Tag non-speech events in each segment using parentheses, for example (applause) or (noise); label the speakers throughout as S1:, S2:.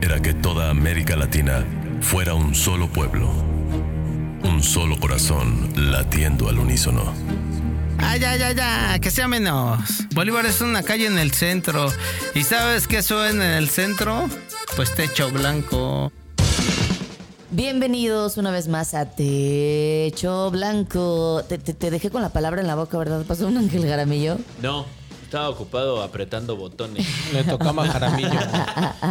S1: era que toda América Latina fuera un solo pueblo, un solo corazón latiendo al unísono.
S2: Ay, Ah, ya, ya, ya, que sea menos. Bolívar es una calle en el centro. ¿Y sabes qué suena en el centro? Pues techo blanco.
S3: Bienvenidos una vez más a Techo Blanco. Te, te- te dejé con la palabra en la boca, ¿verdad? ¿Pasó un ángel Jaramillo?
S4: No, estaba ocupado apretando botones.
S5: Le
S3: (laughs)
S5: tocaba Jaramillo.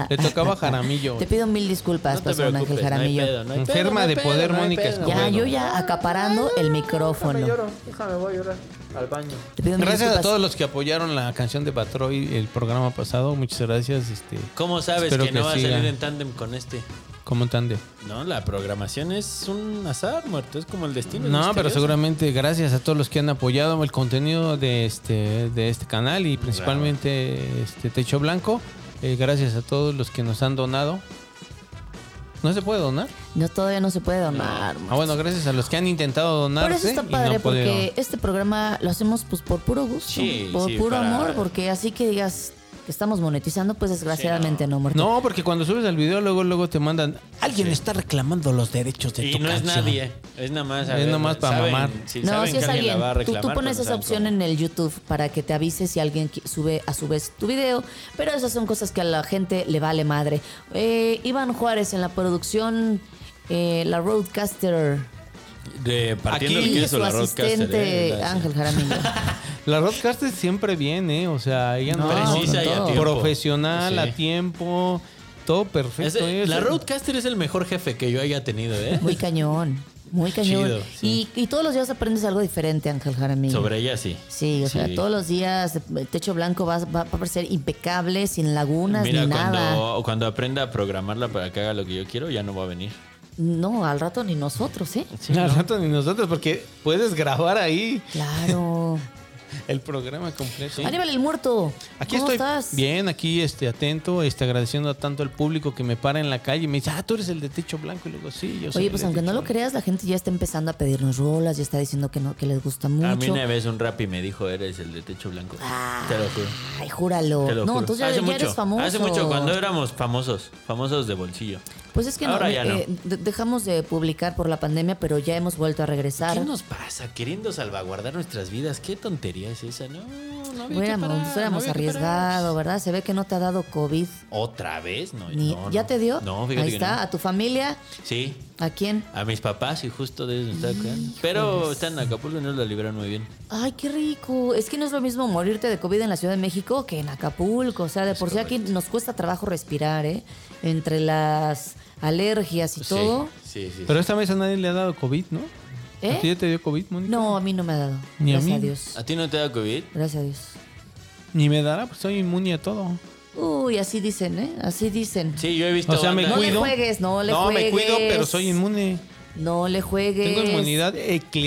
S5: Le tocaba Jaramillo.
S3: Te pido mil disculpas,
S4: No te
S3: pasó Pues un ángel
S4: preocupes, no hay
S3: Jaramillo.
S4: pedo, no hay pedo,
S5: Enferma
S4: no hay
S5: de
S4: pedo,
S5: poder,
S4: no hay
S5: Mónica
S4: pedo.
S3: Ya,
S5: Escobedo.
S3: yo ya acaparando el micrófono.
S4: Déjame, voy a llorar al baño.
S3: Te pido mil
S5: Gracias a
S3: disculpas.
S5: todos los que apoyaron la canción de Patroy el programa pasado. Muchas gracias. Este,
S4: ¿Cómo sabes
S5: Espero
S4: que,
S5: que
S4: no va a
S5: siga.
S4: salir en tándem con este?
S5: ¿Cómo están de?
S4: No, la programación es un azar, muerto. Es como el destino. es
S5: No, pero
S4: misterioso.
S5: seguramente gracias a todos los que han apoyado el contenido de este, de este canal y principalmente este Techo Blanco. Eh, gracias a todos los que nos han donado. ¿No se puede donar?
S3: No, todavía no se puede donar.
S5: Ah, bueno, gracias a los que han intentado donar.
S3: Por eso está padre, porque este programa lo hacemos pues por puro gusto,
S4: Sí,
S3: por
S4: sí,
S3: puro
S4: para-
S3: amor, porque así que digas que estamos monetizando, pues desgraciadamente no, muerto.
S5: No, porque cuando subes al video, luego, luego te mandan. Alguien está reclamando los derechos de
S4: Y
S5: tu
S4: no es
S5: canción".
S4: nadie. Es nada más. a
S5: Es
S4: ver,
S5: nada más para
S4: saben-
S5: mamar.
S4: Si
S3: No,
S4: saben
S3: si
S4: que
S3: es alguien,
S4: la va a
S3: tú,
S4: reclamar,
S3: tú pones
S4: pues
S3: esa
S4: saben
S3: opción
S4: cómo.
S3: en el YouTube para que te avise si alguien qui- sube a su vez tu video, pero esas son cosas que a la gente le vale madre. Eh, Iván Juárez en la producción, eh, la Roadcaster
S4: De partiendo
S5: Aquí
S4: el
S3: y
S4: queso,
S3: su
S4: la roadcaster.
S3: asistente
S4: eh, la-
S3: Ángel Jaramillo.
S5: La Rodcast es siempre bien, ¿eh? O sea, ella
S3: No,
S4: Precisa y a
S3: no.
S4: tiempo.
S5: profesional,
S4: Sí.
S5: a tiempo, todo perfecto.
S4: Ese-
S5: ¿eh?
S4: la roadcaster es el mejor jefe que yo haya tenido, ¿eh?
S3: Muy cañón, muy cañón.
S4: Chido, sí.
S3: y, y todos los días aprendes algo diferente, Ángel Jaramillo.
S4: Sobre ella sí.
S3: Sí, o sea, todos los días el techo blanco va, va, va a ser impecable, sin lagunas
S4: Mira,
S3: ni
S4: cuando,
S3: nada.
S4: cuando aprenda a programarla para que haga lo que yo quiero, ya no va a venir.
S3: No, al rato ni nosotros, ¿eh?
S5: No, al rato ni nosotros, porque puedes grabar ahí
S4: (laughs)
S3: Claro.
S5: el programa completo.
S3: Aníbal el Muerto.
S5: Aquí
S3: ¿Cómo
S5: estoy
S3: estás?
S5: bien, aquí este, atento, este, agradeciendo a tanto al público que me para en la calle y me dice, ah, tú eres el de techo blanco. Y le digo, sí, yo soy.
S3: Oye,
S5: el
S3: pues
S5: de
S3: aunque no
S5: techo
S3: lo
S5: blanco".
S3: creas, la gente ya está empezando a pedirnos rolas, ya está diciendo que no, que les gusta mucho. Ah,
S4: A mí una vez un rap y me dijo, eres el de techo blanco. Te lo juro.
S3: Ay, júralo.
S4: Te lo
S3: no,
S4: juro.
S3: entonces ya,
S4: Hace
S3: ya
S4: mucho,
S3: eres famoso.
S4: Hace mucho, cuando éramos famosos, famosos de bolsillo.
S3: Pues es que no,
S4: Ahora ya no.
S3: eh, de- dejamos de publicar por la pandemia, pero ya hemos vuelto a regresar.
S4: ¿Qué nos pasa? Queriendo salvaguardar nuestras vidas. ¿Qué tontería es esa? No, no había que
S3: Hubiéramos,
S4: parar, no
S3: hubiéramos
S4: había que
S3: arriesgado,
S4: parar.
S3: ¿verdad? Se ve que no te ha dado COVID.
S4: ¿Otra vez? No,
S3: Ni,
S4: no,
S3: ¿Ya
S4: no.
S3: te dio?
S4: No, fíjate
S3: Ahí
S4: que
S3: está,
S4: no.
S3: a tu familia,
S4: Sí,
S3: ¿a quién?
S4: a mis papás y justo de ellos me estaba cuidando. Pero están en Acapulco y nos la libran muy bien.
S3: Ay, qué rico. Es que no es lo mismo morirte de COVID en la Ciudad de México que en Acapulco. O sea, de por sí aquí nos cuesta trabajo respirar, ¿eh? Entre las alergias y todo.
S4: Sí, sí, sí.
S5: Pero esta vez a nadie le ha dado COVID, ¿no?
S3: ¿Eh?
S5: ¿A ti ya te dio COVID, Mónica?
S3: No, a mí no me ha dado.
S5: Ni a
S3: Gracias a,
S5: mí.
S3: Dios.
S4: ¿A ti no te da COVID?
S3: Gracias a Dios.
S5: Ni me dará, pues soy inmune a todo.
S3: Uy, así dicen, ¿eh? Así dicen.
S4: Sí, yo he visto.
S5: O sea, me
S4: banda-
S3: No le
S5: cuido.
S3: juegues, no le
S5: no,
S3: juegues.
S5: me cuido, pero soy inmune.
S3: No le juegues.
S5: Tengo inmunidad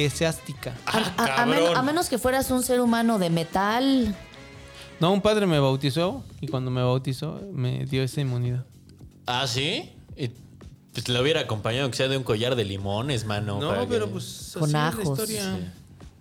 S5: eclesiástica.
S3: A, a- a men- a menos que fueras un ser humano de metal.
S5: No, un padre me bautizó y cuando me bautizó me dio esa inmunidad.
S4: ¿Ah, sí? Y, pues lo hubiera acompañado que sea de un collar de limones, mano. para que-
S5: pues,
S3: Con ajos.
S5: historia.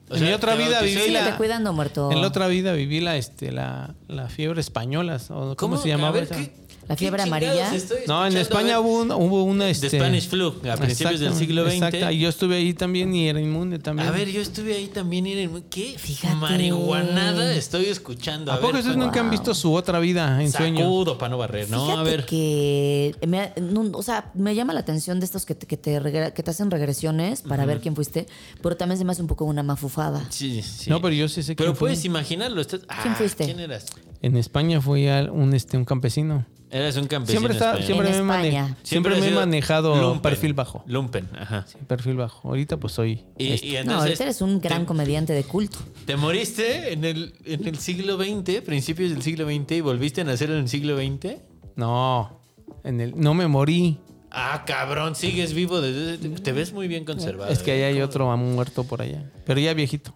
S4: O
S5: en
S4: sea,
S5: mi otra
S4: te
S5: vida
S4: bautizó-
S5: viví
S3: Sí,
S5: la,
S3: te cuidan, no muerto.
S5: en la otra vida viví la este la, la fiebre española o cómo,
S4: ¿Cómo?
S5: se
S4: A
S5: llamaba
S4: ver,
S5: esa?
S4: ¿qué?
S3: La fiebre
S4: ¿Qué
S3: amarilla.
S4: chingados estoy
S5: No, en
S4: escuchando?
S5: España hubo un, hubo un, este,
S4: Spanish flu, a principios del
S5: Exactamente,
S4: siglo XX.
S5: exacta, y yo estuve ahí también y era inmune también.
S4: A ver, yo estuve ahí también y era muy- ¿Qué
S3: Fíjate.
S4: marihuanada estoy escuchando?
S5: ¿A, poco
S4: ver,
S5: ustedes
S4: Juan.
S5: nunca han visto su otra vida en sueños?
S4: Sacudo para no barrer, ¿no?
S3: Fíjate
S4: a ver.
S3: que me, ha- no, o sea, me llama la atención de estos que te, que te, regre- que te hacen regresiones para ver quién fuiste, pero también se me hace un poco una mafufada.
S4: Sí, sí.
S5: No, pero yo sí sé
S4: Pero
S5: quién fue.
S4: puedes imaginarlo. estás- Ah,
S3: ¿Quién fuiste?
S4: ¿Quién eras?
S5: En España fui a un, este, un campesino.
S4: Eras un campesino.
S5: Siempre, está,
S4: español.
S5: siempre, me,
S3: En
S5: he mane-
S3: España.
S5: siempre
S4: has
S5: me he
S4: sido
S5: manejado
S4: lumpen,
S5: perfil bajo.
S4: Lumpen, ajá.
S5: Perfil bajo. Ahorita pues soy...
S4: Y, y
S5: este.
S3: No,
S4: entonces
S3: ahorita eres un gran comediante de culto.
S4: te moriste en el, en el siglo XX, principios del siglo XX, y volviste a nacer en el siglo XX.
S5: No, en el, no me morí.
S4: Ah, cabrón, sigues vivo. desde- te ves muy bien conservado.
S5: Es que
S4: ¿eh?
S5: allá hay otro muerto por allá. Pero ya viejito.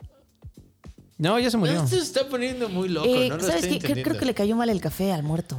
S5: No, ya se murió.
S4: Esto se está poniendo muy (laughs) loco.
S3: Eh,
S4: no lo
S3: ¿Sabes
S4: estoy
S3: qué? Creo,
S4: entendiendo.
S3: creo que le cayó mal el café al muerto.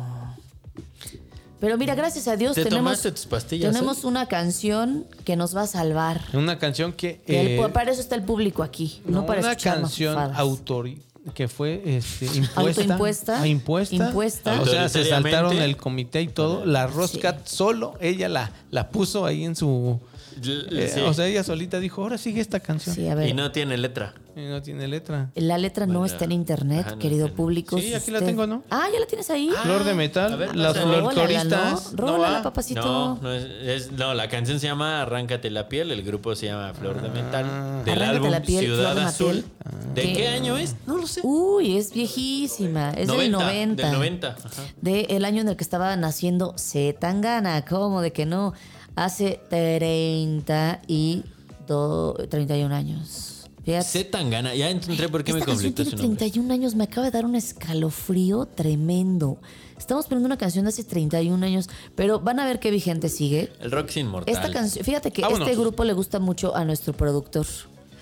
S3: Pero mira, gracias a Dios
S4: ¿Te
S3: tenemos,
S4: tomaste tus pastillas?
S3: tenemos
S4: eh?
S3: una canción que nos va a salvar.
S5: Una canción que...
S3: Que el
S5: eh,
S3: pu- para eso está el público aquí, no,
S5: no,
S3: para
S5: una
S3: escuchar
S5: canción
S3: mafufadas.
S5: autori- que fue este, impuesta,
S3: Autoimpuesta.
S5: Ah, impuesta,
S3: Impuesta.
S4: Ah,
S5: o sea se
S4: Autoritariamente.
S5: saltaron el comité y todo la
S3: Sí.
S5: Roscat solo ella la, la puso ahí en su
S4: L-
S5: eh,
S4: sí.
S5: o sea ella solita dijo ahora sigue esta canción
S3: Sí, a ver.
S4: Y no tiene letra.
S5: y no tiene letra
S3: La letra no está en internet,
S4: Ajá, no
S3: querido
S4: está en-
S3: público.
S5: Sí,
S3: si
S5: aquí la
S3: usted-
S5: tengo, ¿no?
S3: Ah, ya la tienes ahí.
S5: Flor de
S4: a ver,
S5: metal las
S4: pásala.
S5: folcloristas
S3: Rólala, ¿no?
S5: no
S3: Rólala,
S5: va.
S3: papacito.
S4: No, no es, es- no, la canción se llama Arráncate la piel, el grupo se llama Flor de Metal, del
S3: Arráncate
S4: álbum
S3: la piel, Flor
S4: Ciudad
S3: de
S4: Azul.
S3: Matel.
S4: ¿De
S3: ¿Qué?
S4: qué año es? No lo sé.
S3: Uy, es viejísima. Es del 90.
S4: Del 90. ajá.
S3: De el año en el que estaba naciendo Zetangana. ¿Cómo de que no? Hace 30 y do- 31 años. Fíjate.
S4: C. Tangana, ya entré por qué me
S3: Esta canción
S4: conflictó
S3: tiene
S4: su nombre.
S3: 31 años, me acaba de dar un escalofrío tremendo. Estamos poniendo una canción de hace 31 años, pero van a ver qué vigente sigue.
S4: El rock es inmortal.
S3: Esta canción, fíjate que
S5: Vámonos.
S3: este grupo le gusta mucho a nuestro productor.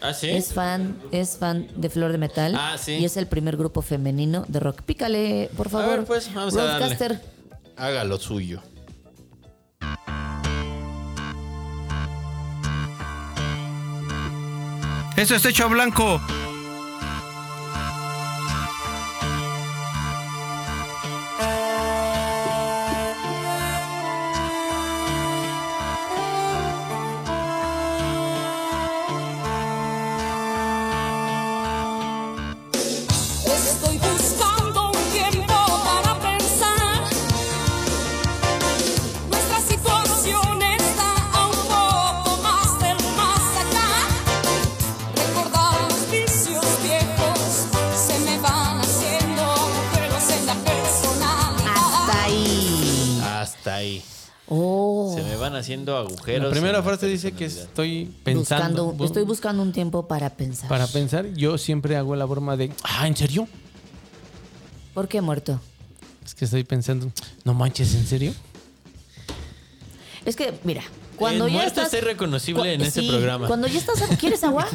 S4: ¿Ah, sí?
S3: Es fan, es fan de Flor de Metal.
S4: Ah, sí.
S3: Y es el primer grupo femenino de rock. Pícale, por favor.
S4: ver, pues, vamos a darle.
S3: Roadcaster.
S4: Haga lo suyo.
S2: Eso es techo blanco.
S6: Estoy buscando un tiempo para pensar. Nuestra situación está a un poco más del más acá. Recordar los vicios viejos se me van haciendo agujeros en la personalidad.
S3: Hasta ahí.
S4: Hasta ahí.
S3: Oh.
S4: Se me van haciendo agujeros.
S5: la
S4: en
S5: primera frase dice que
S4: personalidad.
S5: estoy
S3: Buscando-
S5: pensando
S3: estoy buscando un tiempo para pensar.
S5: para pensar yo siempre hago la broma de ah en serio
S3: ¿Por qué muerto?
S5: es que estoy pensando no manches en serio
S3: Es que, mira, cuando
S4: El
S3: ya
S4: muerto
S3: estás...
S4: está irreconocible
S3: cua-
S4: en este
S3: sí,
S4: programa.
S3: Cuando ya estás... ¿Quieres
S4: (laughs)
S3: agua?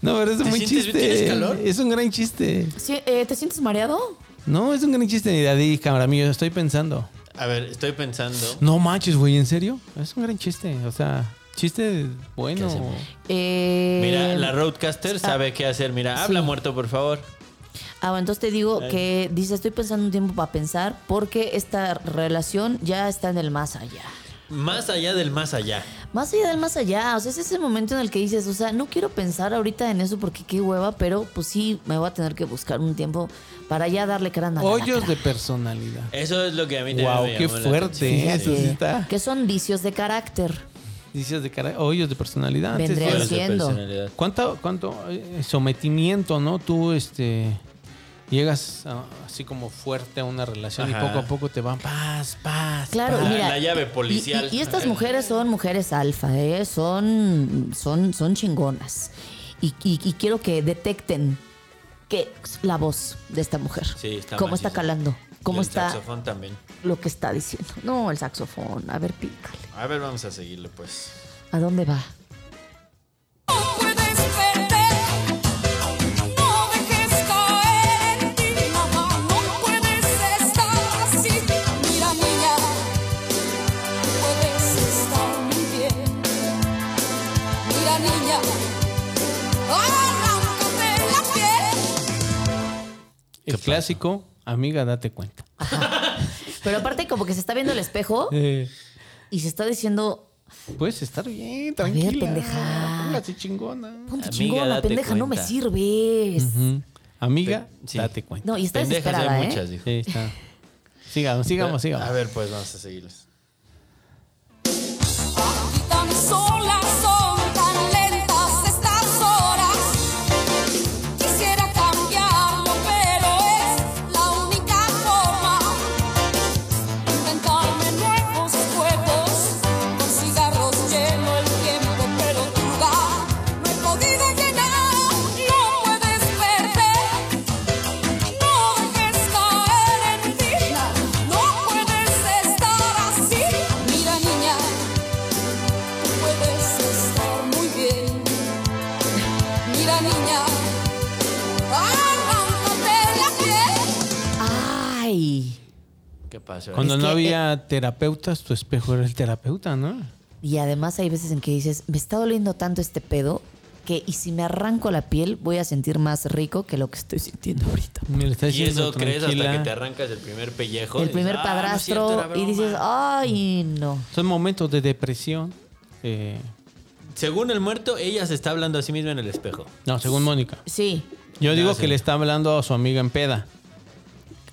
S5: No, pero es un
S4: ¿Te
S5: buen
S4: sientes
S5: chiste.
S4: bien? ¿Tienes calor?
S5: Es un gran chiste.
S3: Sí, eh, ¿Te sientes mareado?
S5: No, es un gran chiste de Daddy, cámara mío. Estoy pensando.
S4: A ver, estoy pensando.
S5: No manches, güey, ¿en serio? Es un gran chiste. O sea, chiste bueno.
S4: hacemos?
S3: Eh,
S4: Mira, la roadcaster sabe qué hacer. Mira, habla
S3: sí.
S4: muerto, por favor.
S3: Ah, bueno, entonces te digo que dice, estoy pensando un tiempo para pensar porque esta relación ya está en el más allá.
S4: Más allá del más allá.
S3: Más allá del más allá, o sea, es ese momento en el que dices, o sea, no quiero pensar ahorita en eso porque qué hueva, pero pues sí, me voy a tener que buscar un tiempo para ya darle cara a la
S5: Hoyos
S3: lacra.
S5: de personalidad.
S4: Eso es lo que a mí
S5: Guau,
S4: me
S5: qué
S4: llamó la
S5: fuerte,
S4: atención.
S5: ¿eh?
S3: Fíjate,
S5: eso sí está.
S3: Que son vicios de carácter.
S5: Dices de cara, hoyos de
S4: Ah,
S5: personalidad. Antes
S3: Vendría
S5: de-
S4: Fueron de
S3: siendo.
S4: personalidad.
S5: ¿Cuánto, cuánto eh, sometimiento, no? Tú, este. Llegas a- así como fuerte a una relación
S4: Ajá.
S5: y poco a poco te van paz, paz.
S3: Ah, Claro,
S4: La-
S3: mira.
S4: la llave policial.
S3: Y, y- y estas mujeres son mujeres alfa, ¿eh? son, son, son chingonas. Y, y- y quiero que detecten que la voz de esta mujer.
S4: Sí, está
S3: cómo
S4: macizo.
S3: está calando,
S4: Y
S3: cómo
S4: el
S3: está
S4: saxofón también.
S3: lo que está diciendo. No, el saxofón. A ver, pícale.
S4: A ver, vamos a seguirle, pues.
S3: ¿A dónde va?
S6: No puedes perder, no dejes caer en ti, mamá. No puedes estar así, mira niña. Puedes estar muy bien, mira niña. Arráncate la piel.
S5: El clásico, amiga, date cuenta.
S3: Pero aparte, como que se está viendo el espejo
S5: Eh,
S3: y se está diciendo.
S5: puedes estar bien,
S3: A ver,
S5: tranquila.
S3: pendeja.
S5: Póngase chingona.
S3: Ponte
S5: Amiga,
S3: chingona,
S5: date
S3: pendeja, no me
S5: cuenta.
S3: sirves.
S5: Ujú. Amiga, date cuenta.
S3: No, y está Pendejas hay desesperada, ¿eh? muchas,
S5: Sí, está. Sigamos, sigamos, sigamos.
S4: A ver, pues vamos a seguirles.
S6: Tan solas son, tan lentas estas horas. Quisiera cambiarlo, pero es la única forma. Inventarme nuevos juegos, con cigarros lleno el tiempo, pero tu lugar no he podido llenar. No puedes perder, no dejes caer en ti. No puedes estar así, mira niña. Puedes estar muy bien, mira niña, arrancate la piel.
S3: Ay.
S4: ¿Qué pasó?
S5: Cuando
S3: Es
S5: no
S3: que, eh,
S5: había terapeutas, tu espejo era el terapeuta, ¿no?
S3: Y además hay veces en que dices, me está doliendo tanto este pedo que y si me arranco la piel voy a sentir más rico que lo que estoy sintiendo ahorita.
S5: Me lo está
S4: Y
S5: diciendo
S4: eso crees hasta
S5: tranquila.
S4: que te arrancas el primer pellejo.
S3: El
S4: dices,
S3: primer
S4: "Ah, no es
S3: padrastro
S4: cierto, era broma".
S3: y dices, "Ah". ay, no.
S5: Son momentos de depresión. eh,
S4: Según el muerto, ella se está hablando a sí misma en el espejo.
S5: no, según Mónica.
S3: Sí.
S5: Yo digo
S4: No, sí.
S5: que le está hablando a su amiga en peda.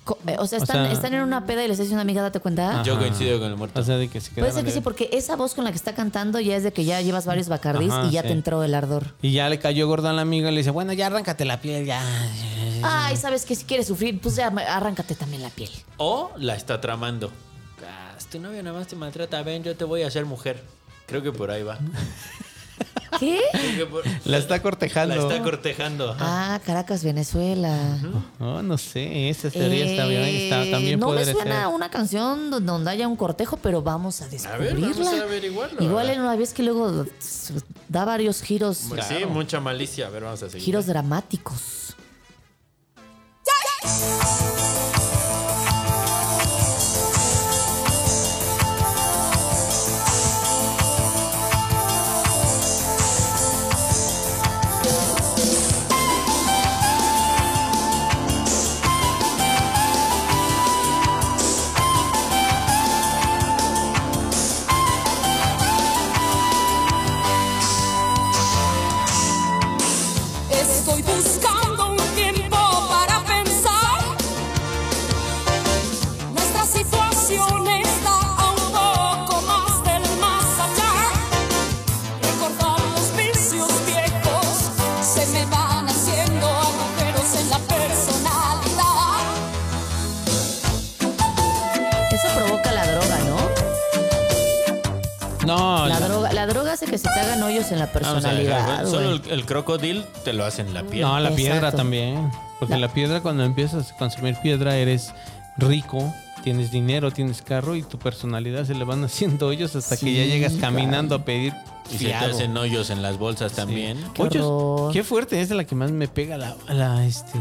S3: Co- eh, O sea, están,
S5: sea-
S3: están en una peda y les dice una amiga, date cuenta.
S4: Yo coincido con el muerto.
S5: O sea, de que se
S3: Puede ser
S5: quedaron
S3: que
S5: de-
S3: sí, porque esa voz con la que está cantando ya es de que ya llevas varios bacardís
S5: Ajá,
S3: y ya
S5: sí.
S3: te entró el ardor.
S5: Y ya le cayó gorda a la amiga y le dice, bueno, ya arráncate la piel, ya.
S4: Eh.
S3: Ay, sabes que si quieres sufrir, pues ya arráncate también la piel.
S4: O la está tramando. Ah, si tu novio nada más te maltrata, ven, yo te voy a hacer mujer. Creo que por ahí va.
S3: ¿Qué?
S4: (laughs) Creo que por-
S5: La está cortejando.
S4: La está cortejando. ajá.
S3: Ah, Caracas, Venezuela.
S5: Oh, No, no sé, esa teoría está bien.
S3: Eh,
S5: está- también
S3: no me
S5: podría
S3: suena
S5: ser.
S3: una canción donde- donde haya un cortejo, pero vamos a
S4: ver,
S3: descubrirla.
S4: vamos a averiguarlo.
S3: Igual en una vez que luego tss, da varios giros,
S4: Pues sí, mucha malicia. A ver, vamos a seguir.
S3: giros dramáticos.
S6: Estoy buscando un tiempo para pensar. Nuestra situación está a un poco más del más allá. Recordar los vicios viejos se me van haciendo agujeros en la personalidad.
S3: Eso provoca la droga, ¿no?
S5: No,
S3: La
S5: la-
S3: droga, la droga hace que se te hagan hoyos en la
S4: Vamos a
S3: personalidad.
S4: dejar,
S3: güey.
S4: Solo el, el crocodil te lo hace en la piel.
S5: No, la piedra
S3: Exacto.
S5: también. Porque la piedra, cuando empiezas a consumir piedra, eres rico, tienes dinero, tienes carro y tu personalidad se le van (laughs) haciendo ellos hasta que ya
S3: Sí,
S5: llegas
S3: claro.
S5: caminando a pedir.
S4: Y se te
S5: fiado.
S4: hacen hoyos en las bolsas también.
S3: Qué
S5: Hoyos,
S3: horror.
S5: qué fuerte, es la que más me pega la, la, este,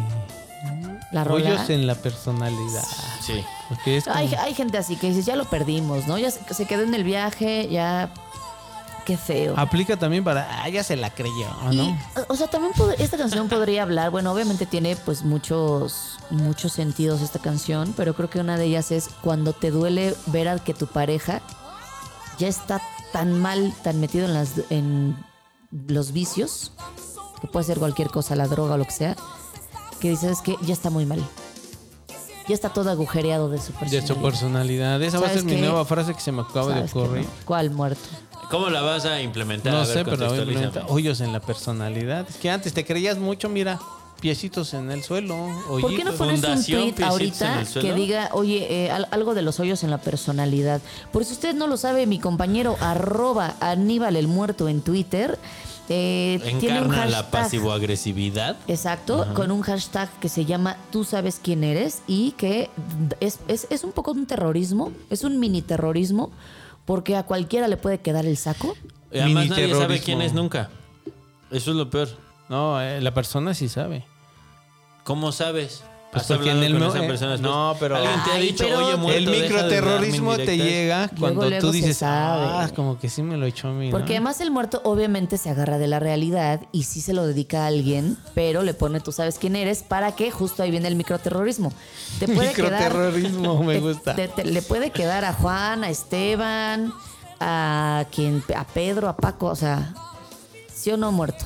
S3: La rola.
S5: hoyos en la personalidad.
S4: Sí.
S5: Porque es como-
S3: Hay, hay gente así que dices, ya lo perdimos, ¿no? Ya se, se quedó en el viaje, ya. Qué feo.
S5: aplica también para, ah, ya se la creyó, ¿no?
S3: O sea, también pod- esta canción podría hablar, bueno, obviamente tiene pues muchos muchos sentidos esta canción, pero creo que una de ellas es cuando te duele ver al que tu pareja ya está tan mal, tan metido en las en los vicios, que puede ser cualquier cosa, la droga o lo que sea, que dices que ya está muy mal. Ya está todo agujereado de su
S5: De
S3: personalidad.
S5: su personalidad. Esa va a ser
S3: ¿Sabes
S5: mi
S3: qué?
S5: nueva frase que se me acaba de
S3: ¿Sabes qué?
S5: ocurrir.
S3: ¿Cuál muerto?
S4: ¿Cómo la vas a implementar?
S5: No
S4: a ver,
S5: sé, pero la voy a
S4: contextualízame.
S5: implementar. hoyos en la personalidad. Es que antes te creías mucho, mira, piecitos en el suelo,
S3: ¿Por qué no
S5: hoyitos.
S3: pones un
S4: Fundación
S3: tweet
S4: Piecitos en
S3: ahorita
S4: el
S3: que
S4: suelo?
S3: diga, oye, eh, al- algo de los hoyos en la personalidad? Por si usted no lo sabe, mi compañero arroba Aníbal el Muerto en Twitter eh, tiene un
S4: Encarna la
S3: hashtag.
S4: pasivo-agresividad.
S3: Exacto, con un hashtag que se llama Tú sabes quién eres y que es, es- es un poco un terrorismo, es un mini terrorismo, porque a cualquiera le puede quedar el saco.
S4: Y Además, nadie
S5: Miniterrorismo.
S4: sabe quién es nunca. Eso es lo peor.
S5: No, eh, la persona sí sabe.
S4: ¿Cómo sabes?
S5: Pues
S4: ¿Has
S5: porque en
S4: hablado
S5: el
S4: con
S5: mo-
S4: esa
S5: eh,
S4: persona después?
S5: no, pero
S4: ¿Alguien te ha Ay, dicho, pero- "Oye, muerto,
S5: el
S4: deja de
S5: microterrorismo
S4: mandarme
S5: te
S4: indirectas"?
S5: llega
S4: Luego,
S5: cuando
S3: luego
S5: tú
S3: se
S5: dices,
S3: sabe.
S5: ah, como que sí me lo echó a mí. ¿no?".
S3: Porque además el muerto obviamente se agarra de la realidad y sí se lo dedica a alguien, pero le pone tú sabes quién eres para que justo ahí viene el microterrorismo. Te puede quedar,
S5: microterrorismo me gusta.
S3: te- te- le puede quedar a Juan, a Esteban, a quien, a Pedro, a Paco, o sea, sí o no muerto.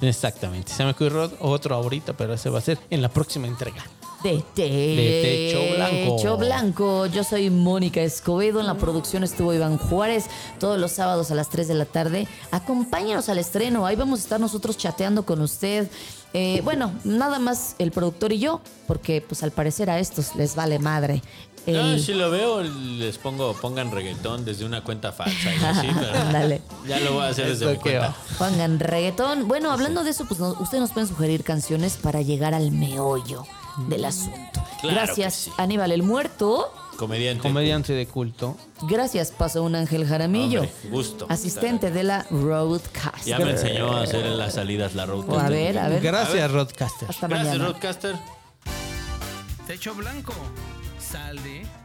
S5: Exactamente. Se me ocurrió otro ahorita, pero ese va a ser en la próxima entrega.
S3: De
S5: techo blanco.
S3: Techo Blanco. Yo soy Mónica Escobedo. En la producción estuvo Iván Juárez todos los sábados a las 3 de la tarde. Acompáñanos al estreno. Ahí vamos a estar nosotros chateando con usted. Eh, bueno, nada más el productor y yo, porque pues al parecer a estos les vale madre.
S4: No,
S5: Ah,
S3: El-
S4: Ah, si lo veo, les pongo, pongan reggaetón desde una cuenta falsa. Y
S3: (laughs)
S4: así, pero
S3: Ándale.
S4: Ya lo voy a hacer desde mi cuenta.
S3: Pongan reggaetón. Bueno, hablando de eso, pues no- ustedes nos pueden sugerir canciones para llegar al meollo del asunto.
S4: Claro
S3: Gracias, Aníbal el Muerto.
S4: Comediante.
S5: Comediante de culto.
S3: Gracias, pasó un Ángel Jaramillo.
S4: Hombre, gusto.
S3: Asistente de la Roadcast.
S4: Ya me enseñó a hacer en las salidas la road.
S3: O a ver, a ver.
S5: Gracias, Rodcaster.
S3: Hasta
S4: Gracias,
S3: mañana.
S4: Rodcaster.
S2: Techo blanco. Sal de